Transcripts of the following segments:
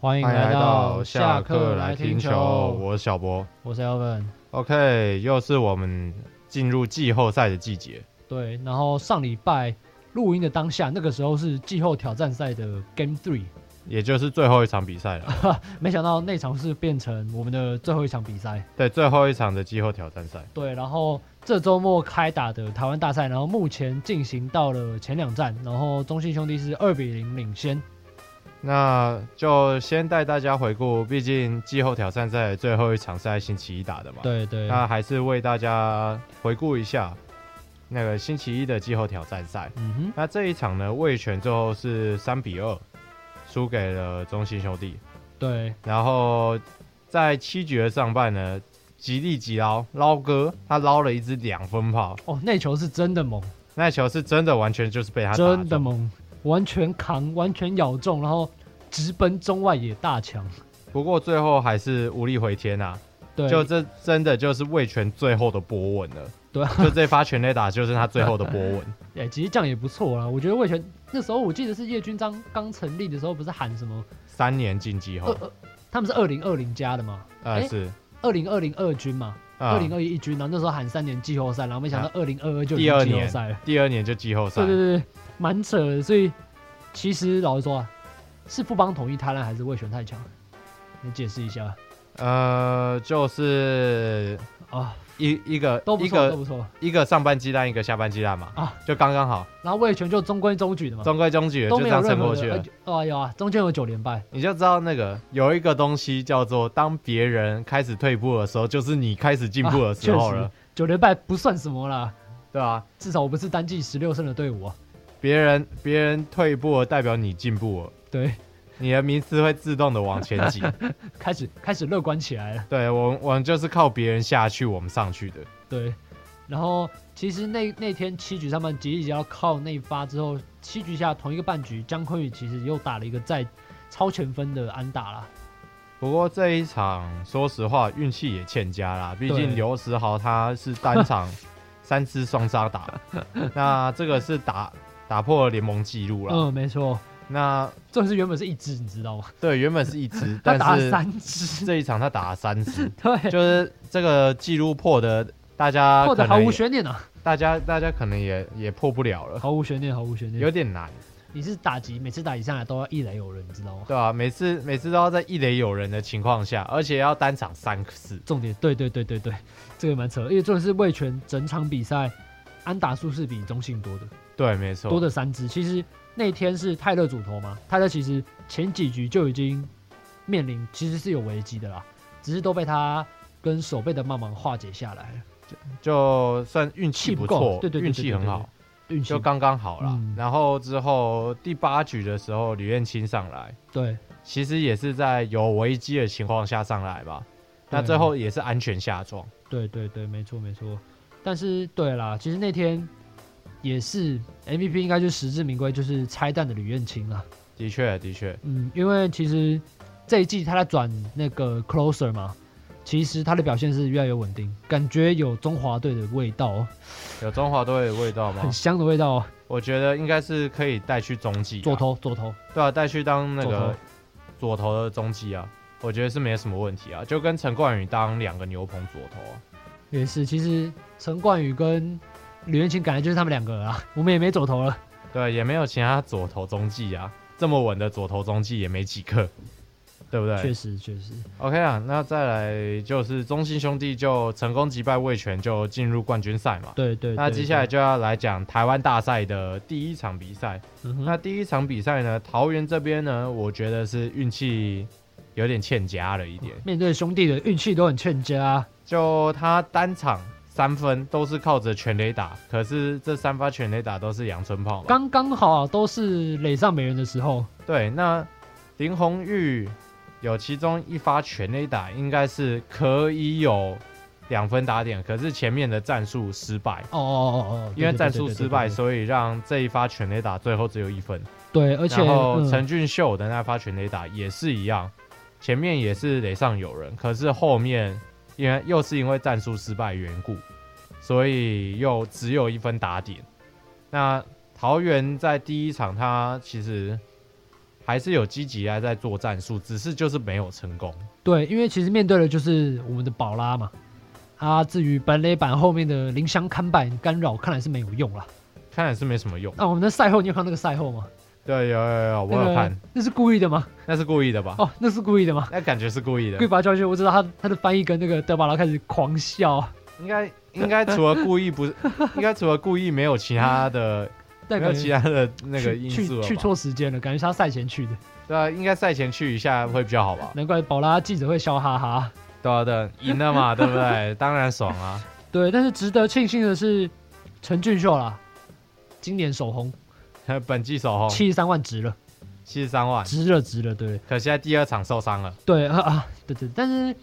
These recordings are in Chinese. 欢迎欢迎来来到到下下课课来来听听球球，我是小博。我是 Elvin。 OK，又是我们进入季后赛的季节，对，然后上礼拜录音的当下，那个时候是季后挑战赛的 Game Three，也就是最后一场比赛了。没想到那场是变成我们的最后一场比赛。对，最后一场的季后挑战赛。对，然后这周末开打的台湾大赛，然后目前进行到了前两站，然后中信兄弟是二比零领先。那就先带大家回顾，毕竟季后挑战赛最后一场是在星期一打的嘛。。对对，那还是为大家回顾一下那个星期一的季后挑战赛。嗯哼，那这一场呢，魏权最后是三比二输给了中信兄弟。对然后在七局的上半呢，吉利吉捞捞哥他捞了一支两分炮，哦，那球是真的猛，那球是真的完全就是被他打中真的。猛，完全扛，完全咬中，然后直奔中外野大墙。不过最后还是无力回天啊，对，就这真的就是魏权最后的波纹了。对啊就这发全垒打就是他最后的波纹。 哎、其实这样也不错啦。我觉得魏权那时候，我记得是叶军章刚成立的时候，不是喊什么？三年晋级后呃，呃，他们是二零二零加的嘛，呃诶是二零二零二军嘛，啊二零二一军，然后那时候喊三年季后赛，然后没想到二零二二就已第经二季后年赛了。第二年就季后赛对，对对，蛮扯的。所以其实老实说啊，是富邦统一贪婪还是魏权太强？你解释一下呃就是啊，一一个都不一错，都个不错。一个上半鸡蛋一个下半鸡蛋嘛，啊就刚刚好，然后魏权就中规中矩的嘛，中规中矩都就没这有样任撑何过去了的。。呃有啊，中间有九连败，你就知道那个有一个东西叫做，当别人开始退步的时候，就是你开始进步的时候了，啊九连败不算什么啦，对啊？至少我不是单季十六胜的队伍啊。别人别人退步了，代表你进步了，对， 你的名次会自动的往前挤。开始开始乐观起来了。对我们，我们就是靠别人下去，我们上去的。对，然后其实那那天七局上半吉利吉要靠那一发之后，七局下同一个半局，姜昆宇其实又打了一个在超前分的安打啦。不过这一场，说实话运气也欠佳啦，毕对竟刘时豪他是 单场三次双杀打，那这个是打打破了联盟纪录了。嗯，没错，那这是原本是一支，你知道吗？对原本是一支，他但打了是三支， 这一场他打了三次。对， 就是这个记录破的，大家或可者能毫无也悬念嗯啊，大家大家可能也也破不了了，毫无悬念，毫无悬有念。点难，你是打击，每次打击上来都要一垒有人，你知道吗？对吧、每次每次都要在一垒有人的情况下，而且要单场三次，重点，对对对对对，这个蛮扯的，因为重点是魏权整场比赛安打数是比中信多的。对，没多错，的三支。其实那天是泰勒主投嘛，泰勒其实前几局就已经面临其实是有危机的啦，只是都被他跟手背的慢慢化解下来了，就算运气气不不够错，对对对运气很对对好，运气就刚刚好啦。嗯然后之后第八局的时候，吕彦青上来，对其实也是在有危机的情况下上来吧，那对最后也是安全下庄。对对对，没错没错。但是对啦，其实那天也是 MVP 应该就实至名归，就是拆弹的吕彦青啦。的确，的确，嗯，因为其实这一季他在转那个 closer 嘛，其实他的表现是越来越稳定，感觉有中华队的味道哦，有中华队的味道吗很？香的味道哦。我觉得应该是可以带去中继、啊，左投左投，对啊，带去当那左个投左投的中继啊，我觉得是没什么问题啊，就跟陈冠宇当两个牛棚左投、啊。也是，其实陈冠宇跟吕彦青感觉就是他们两个了啊，我们也没走头了。对，也没有其他左投中继啊，这么稳的左投中继也没几个，对不确对实，确实， ？OK 啊，那再来就是中信兄弟就成功击败魏权，就进入冠军赛嘛。对对那接下来，就要来讲台湾大赛的第一场比赛。对嗯哼那第一场比赛呢，桃园这边呢，我觉得是运气有点欠佳了一点。面对兄弟的运气都很欠佳啊，就他单场三分都是靠着全垒打，可是这三发全垒打都是阳春炮嘛。刚刚好啊都是垒上没人的时候，对，那林红玉有其中一发全垒打，应该是可以有两分打点，可是前面的战术失败，哦哦哦哦，因为战术对失败，对所以让这一发全垒打最后只有一分。对，对对对对而且然后嗯陈俊秀的那发全垒打也是一样，前面也是垒上有人，可是后面因为又是因为战术失败缘故，所以又只有一分打点。那桃园在第一场他其实还是有积极啊在做战术，只是就是没有成功。对，因为其实面对的就是我们的宝拉嘛。啊，至于本垒板后面的林香看板干扰，看来是没有用啦。看来是没什么用。那、我们的赛后，你有看那个赛后吗？对，有有有，我那有个看，那是故意的吗？那是故意的吧？哦，那是故意的吗？那感觉是故意的故意，把他叫去，我知道他他的翻译跟那个德巴拉开始狂笑，应该应该除了故意不是，应该除了故意没有其他的但没感觉有其他的那个去因素去了吧去错时间了，感觉是他赛前去的，对啊，应该赛前去一下会比较好吧？难怪宝拉记者会笑哈哈。对啊，对啊，赢了嘛，对不对？当然爽啊！ 对，但是值得庆幸的是，陈俊秀啦，今年首红本季首红七十三万值了，七十三万，值了值了，对可惜在第二场受伤了，对啊啊，对对，但是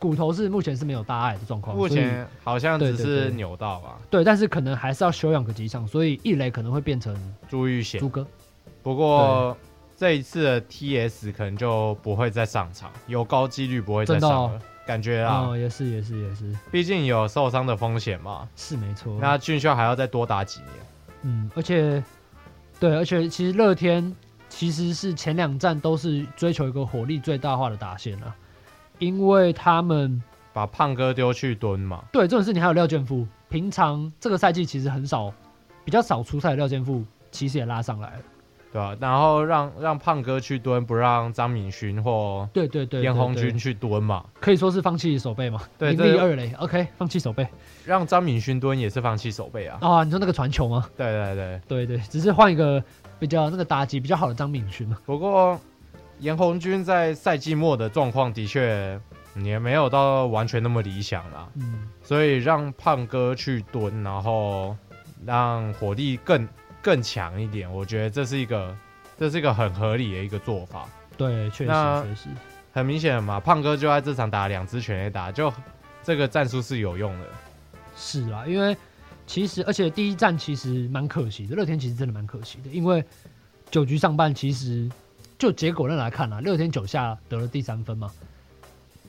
骨头是目前是没有大碍的状况，目所以前好像对只对是对扭到吧，对，但是可能还是要休养个几场，所以一垒可能会变成朱玉贤朱。哥，不过这一次的 TS 可能就不会再上场，有高几率不会再上真了，感觉啊，哦，也是也是也是毕竟有受伤的风险嘛。是没错，那俊秀还要再多打几年，嗯，而且对，而且其实乐天其实是前两站都是追求一个火力最大化的打线啊，因为他们把胖哥丢去蹲嘛。对这种事情还有廖健富，平常这个赛季其实很少比较少出赛的廖健富，其实也拉上来了。对吧、然后让让胖哥去蹲，不让张敏勋或对对对对燕红对军去蹲嘛。可以说是放弃守备嘛，对名这利个二垒，OK，放弃守备让张敏勋蹲也是放弃手背啊。啊，你说那个传球吗？对对对，对对，只是换一个比较那个打击比较好的张敏勋嘛，不过严红军在赛季末的状况的确嗯也没有到完全那么理想啦，嗯，所以让胖哥去蹲，然后让火力更更强一点，我觉得这是一个这是一个很合理的一个做法。对，确实那确实，很明显嘛，胖哥就在这场打两支全垒打，就这个战术是有用的。是啊，因为其实而且第一站其实蛮可惜的，乐天其实真的蛮可惜的，因为九局上半其实就结果论来看啊，乐天九下得了第三分嘛，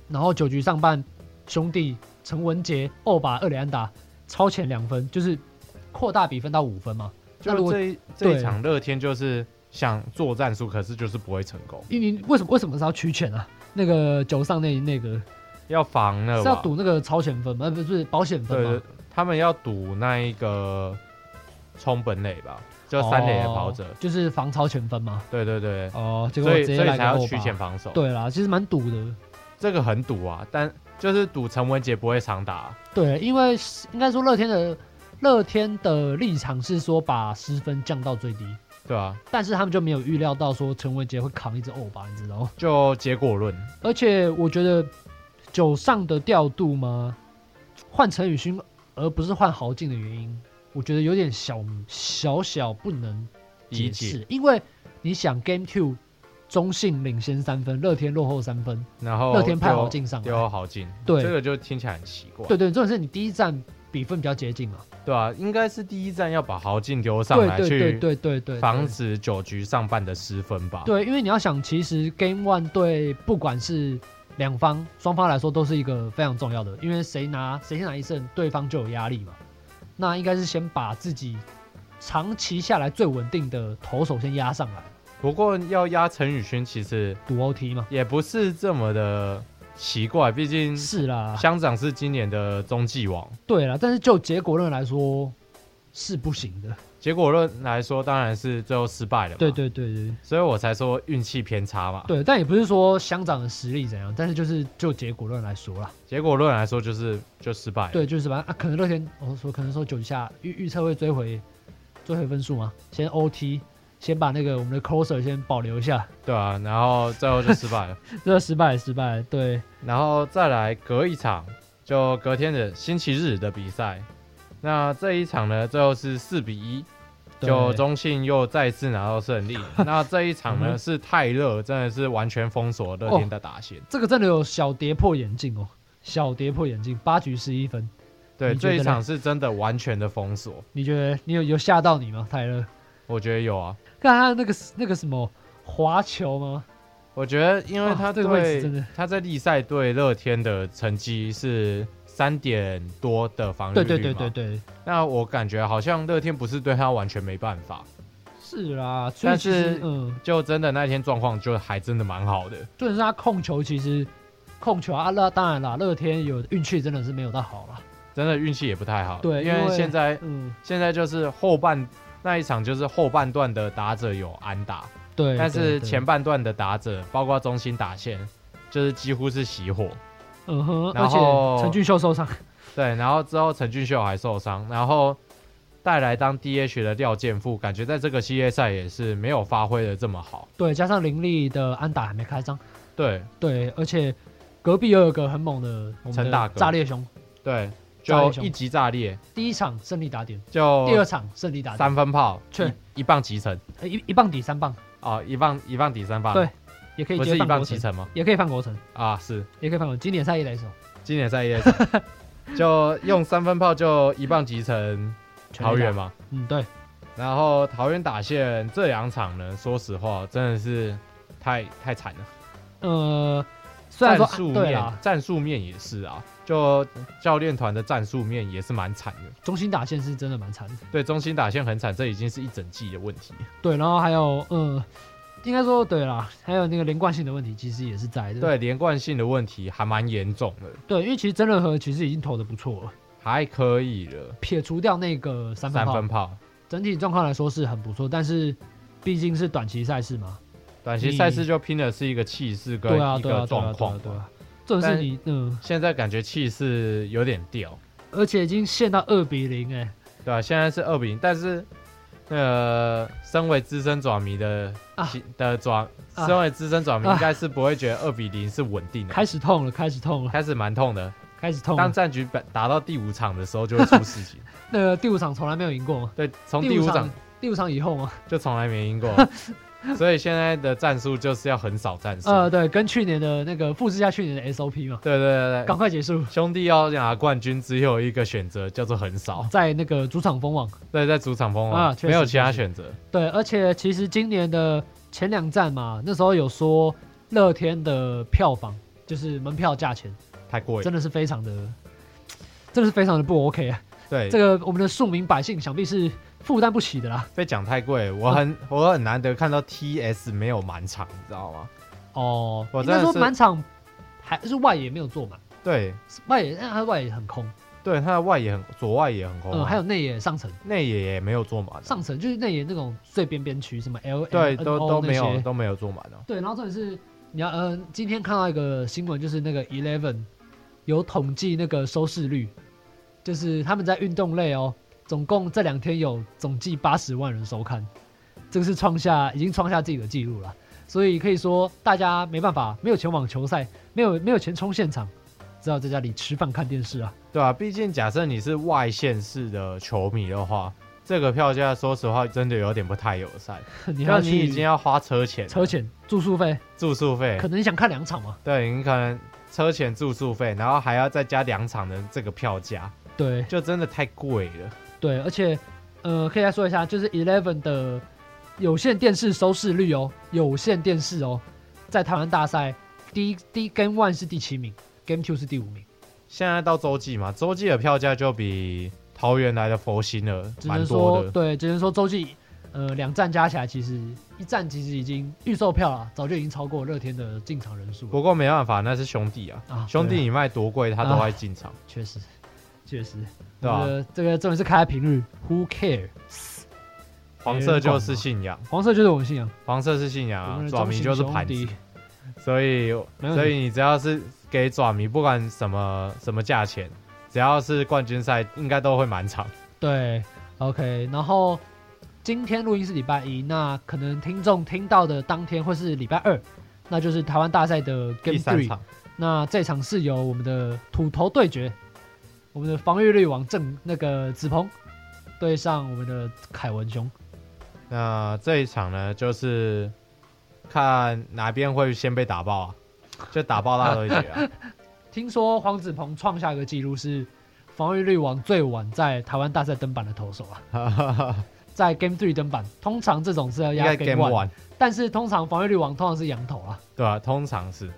然后九局上半兄弟陈文杰二把二垒安打超前两分，就是扩大比分到五分嘛，那如就果这一这一场乐天就是想做战术，可是就是不会成功，因为你为什么为什么是要取钱啊？那个九上那那个要防了是要吧？赌那个超前分吗？呃不是保险分对吗？，他们要赌那一个冲本垒吧，就三垒的跑者。哦就是防超前分嘛。对对对，哦，结果所以直所以接来才个要后取吧前防守。，对啦，其实蛮赌的。这个很赌啊，但就是赌陈文杰不会常打，对，因为是应该说乐天的乐天的立场是说把失分降到最低，对啊，但是他们就没有预料到说陈文杰会扛一只欧巴，你知道吗？就结果论，而且我觉得九上的调度嘛，换陈宇勋而不是换豪进的原因，我觉得有点小小小不能解理解。释，因为你想 Game Two 中信领先三分，乐天落后三分，然后乐天派丢豪进上来，丢好进，对这个就听起来很奇怪。对对，重点是你第一站比分比较接近嘛。对啊，应该是第一站要把豪进丢上对来，对对去对对对，防止九局上半的失分吧。对，因为你要想，其实 Game One 对不管是两方双方来说都是一个非常重要的，因为谁拿谁先拿一胜，对方就有压力嘛。那应该是先把自己长期下来最稳定的投手先压上来，不过要压陈宇轩，其实赌 OT 嘛。也不是这么的奇怪，毕竟是啦，乡长是今年的中继王。对啦，但是就结果论来说是不行的。结果论来说，当然是最后失败了嘛。对，对对对所以我才说运气偏差嘛。，对，但也不是说乡长的实力怎样，但是就是就结果论来说啦，结果论来说就是就失败了。对，就是吧，啊，可能乐天，我说可能说九下预预测会追回追回分数吗？先 OT，先把那个我们的 closer 先保留一下，对啊，然后最后就失 败了，这个失败失败，对然后再来隔一场，就隔天的星期日的比赛。那这一场呢，最后是四比一，对就中信又再次拿到 胜利。那这一场嗯呢哼哦是泰勒，真的是完全封锁乐天的打线。这个真的有小跌破眼镜哦，小跌破眼镜，八局十一分，对，你觉得这嘞一场是真的完全的封锁，你觉得你有有吓到你吗，泰勒？我觉得有啊。看他那个那个什么滑球吗？我觉得，因为哇他这对、个位置真的他在例赛对乐天的成绩是三点多的防御率对嘛对对对对，那我感觉好像乐天不是对他完全没办法，是啦，所以但其实是嗯，就真的那天状况就还真的蛮好的，重点是他控球其实控球啊，那当然啦，乐天有运气真的是没有到好啦。真的运气也不太好。对因因为现在嗯，现在就是后半那一场就是后半段的打者有安打，对，但是对对前半段的打者包括中心打线就是几乎是熄火。嗯哼，然而后且陈俊秀受伤，对，然后之后陈俊秀还受伤，然后带来当 DH 的廖健富，感觉在这个系列赛也是没有发挥的这么好。 对，加上林立的安打还没开张，对对，而且隔壁又有个很猛的我们的陈大哥炸裂熊，对，炸就裂熊一击炸裂，第一场胜利打点，就第二场胜利打点，哦三分炮，确一一棒击成呃一一棒抵三棒，哦，一棒一棒抵三棒，对也可以不接是一范棒国击成，成吗？也可以范国成，啊，是也可以范国成，经典赛一垒手，今年赛夜 就用三分炮就一棒击成全垒桃园打，嘛。嗯，对，然后桃园打线这两场呢，说实话真的是太太惨了。呃，虽然战说术啊对面啦，战术面也是啊，就教练团的战术面也是蛮惨的。中心打线是真的蛮惨的。对，中心打线很惨，这已经是一整季的问题。对，然后还有呃，应该说对啦，还有那个连贯性的问题，其实也是在的。对，连贯性的问题还蛮严重的，对，因为其实曾仁和其实已经投的不错了，还可以了。撇除掉那个三分三炮，分炮，整体状况来说是很不错，但是毕竟是短期赛事嘛，短期你赛事就拼的是一个气势跟对啊，一对啊，个对啊，状对况啊，对嘛。啊，重点但是你嗯、现在感觉气势有点掉，而且已经陷到二比零哎、对啊，现在是二比零，但是呃，身为资深爪迷的、啊心的爪，啊身为资深爪迷啊应该是不会觉得二比零是稳定的，开始痛了，开始痛了，开始蛮痛的。开始痛了当。战局打打到第五场的时候，就会出 事情。那个第五场从来没有赢过嘛，对，从第五场场第五场以后嘛，就从来没 赢过，所以现在的战术就是要很少战术。呃，对，跟去年的那个复制一下去年的 SOP 嘛，对对对赶对，快结束，兄弟要拿冠军，只有一个选择，叫做很少。在那个主场封王。对，在主场封啊王，确实没有其他确实选择。对，而且其实今年的前两站嘛，那时候有说乐天的票房就是门票价钱，太贵了，真的是非常的，真的是非常的不 OK 啊！对这，个我们的庶民百姓想必是负担不起的啦。被讲太贵，嗯我很我很难得看到 TS 没有满场，你知道吗？哦，我应真该的说是满场还是外野没有坐满，对是外野但它外野很空，对，他的外野很左外野很空嗯，啊，还有内野上层，内野也没有坐满啊，上层就是内野那种最边边区，什么 L 对，都 NO 都没那有些都没有坐满哦。对，然后重点是你要呃，今天看到一个新闻，就是那个 Eleven 有统计那个收视率，就是他们在运动类哦，总共这两天有总计八十万人收看，这个是创下已经创下自己的记录了。所以可以说，大家没办法，没有钱网球赛，没有没有钱冲现场，只好在家里吃饭看电视啊。 对啊，毕竟假设你是外县市的球迷的话，这个票价说实话真的有点不太友善。你还那要你去已经要花车钱了、车钱、住宿费，住宿费可，能你想看两场嘛？对你可能车钱、住宿费，然后还要再加两场的这个票价，对，就真的太贵了。对，而且呃，可以再说一下，就是 Eleven 的有线电视收视率哦，有线电视哦，在台湾大赛第一第一 Game One 是第七名，Game Two 是第五名，现在到洲际嘛，洲际的票价就比桃园来的佛心了，只蛮能多说的。对，只能说洲际呃两站加起来，其实一站其实已经预售票了，早就已经超过乐天的进场人数了不过没办法，那是兄弟啊，啊，兄弟对啊啊你卖多贵，他都会进场。确实确实，对啊呃，这个重点是开在平日，Who care？黄色就是信仰，黄色就是我们信仰，黄色是信仰我啊们，的爪中迷信就是兄盘子 弟。。所以，没问题所以你只要是给爪迷，不管什么什么价钱，只要是冠军赛，应该都会满场。对，OK，然后今天录音是礼拜一，那可能听众听到的当天会是礼拜二，那就是台湾大赛的第 Game 三 Three。场，那这场是由我们的土头对决，我们的防御力王郑那个子鹏对上我们的凯文兄。那这一场呢，就是看哪边会先被打爆啊，就打爆大对决啊。听说黄子鹏创下一个记录是防御力王最晚在台湾大赛登板的投手啊， 在 Game Three 登板，通常这种是要应 压该 Game Game One， One，但是通常防御力王通常是羊头啊。对吧、通常是，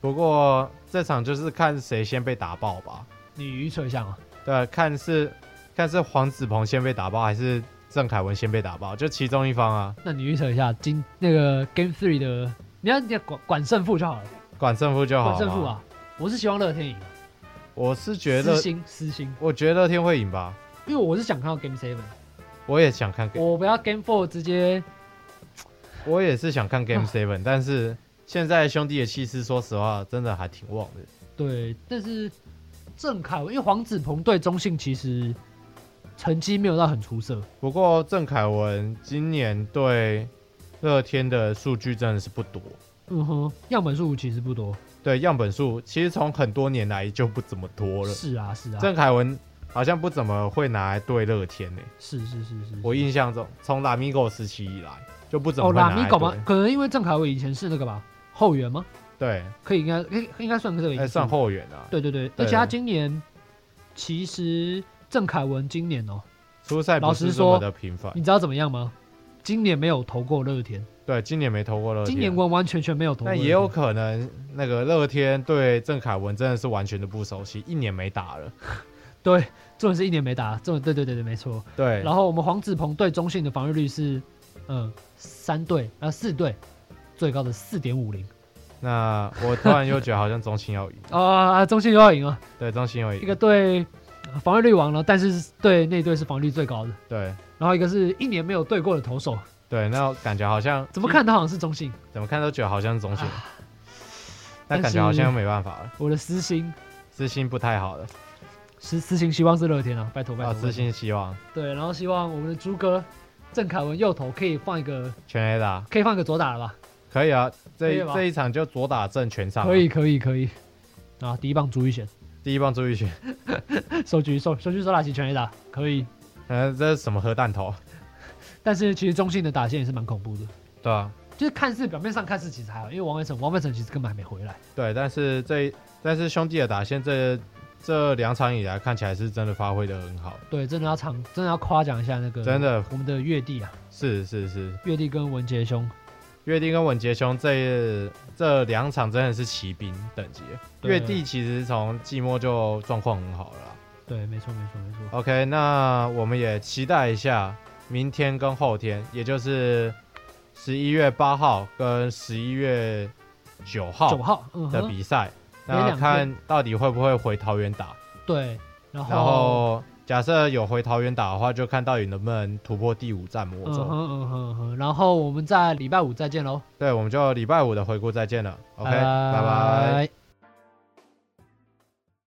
不过这场就是看谁先被打爆吧。你预测一下嘛？对啊、看是看是黄子鹏先被打爆，还是郑凯文先被打爆，就其中一方啊，那你预测一下今那个 Game Three 的，你要你要管管胜负就好了，管胜负就好。管胜负！啊！我是希望乐天赢的，我是觉得私，心私心，我觉得乐天会赢吧，因为我是想看到 Game Seven，我也想看，我不要 Game Four 直接我也是想看 Game Seven，但是现在兄弟的气势，说实话真的还挺旺的。对，但是郑凯文因为黄子鹏对中信其实成绩没有到很出色，不过郑凯文今年对乐天的数据真的是不多，嗯哼，样本数其实不多，对样本数其实从很多年来就不怎么多了。是啊是啊，郑凯文好像不怎么会拿来对乐天呢、是是是是，我印象中从拉米狗时期以来就不怎么哦会拿拉来米对。狗吗？可能因为郑凯文以前是那个吧后援吗？对，可以应该应应该算这个因哎，素算后援啊，对对对，对而且他今年其实郑凯文今年哦、初赛不老实是这说么的频繁。你知道怎么样吗？今年没有投过乐天，对，今年没投过乐天。今年完完全全没有投过那乐天。也有可能，那个乐天对郑凯文真的是完全的不熟悉，一年没打了。对，重点是一年没打，重点对对对对没错。对，然后我们黄子鹏对中信的防御率是，嗯，三队啊四队，最高的四点五零。那我突然又觉得好像中信要赢啊，中信又要赢了，对，中信要赢。一个对呃防御率王了，但是对那队是防御率最高的，对然后一个是一年没有对过的投手，对，那感觉好像怎么看他好像是中信，怎么看都觉得好像中信，啊那但感是觉好像又没办法了，我的私心私心不太好了。私私心希望是乐天啊，拜托拜啊，托。私心希望对，然后希望我们的朱哥郑凯文右投可以放一个，全 A 打可以放一个左打了吧？可以啊，这可一以吧这一场就左打正全场啊。可以，可以，可以。啊，第一棒朱一贤，第一棒朱玉璇，手举手手举手打起全垒打，可以。 呃，这是什么核弹头？但是其实中信的打线也是蛮恐怖的，对啊，就是看似表面上看似其实还好，因为王伟成王伟成其实根本还没回来。对，但是这但是兄弟的打线这这两场以来看起来是真的发挥的很好，对，真的要唱，真的要夸奖一下那个真的我们的月帝啊，是是是，月帝跟文杰兄，岳帝跟文杰兄这这两场真的是骑兵等级。对岳帝其实从季末就状况很好了啊啦。对，没错，没错，没错。 OK，那我们也期待一下明天跟后天，也就是十一月八号跟十一月九九号号，嗯的哼，比赛，有两那天看到底会不会回桃园打。对，然后，然后假设有回桃园打的话，就看到底能不能突破第五战魔嗯咒哼。嗯哼嗯哼，然后我们在礼拜五再见喽。对，我们就礼拜五的回顾再见了。OK，拜拜。拜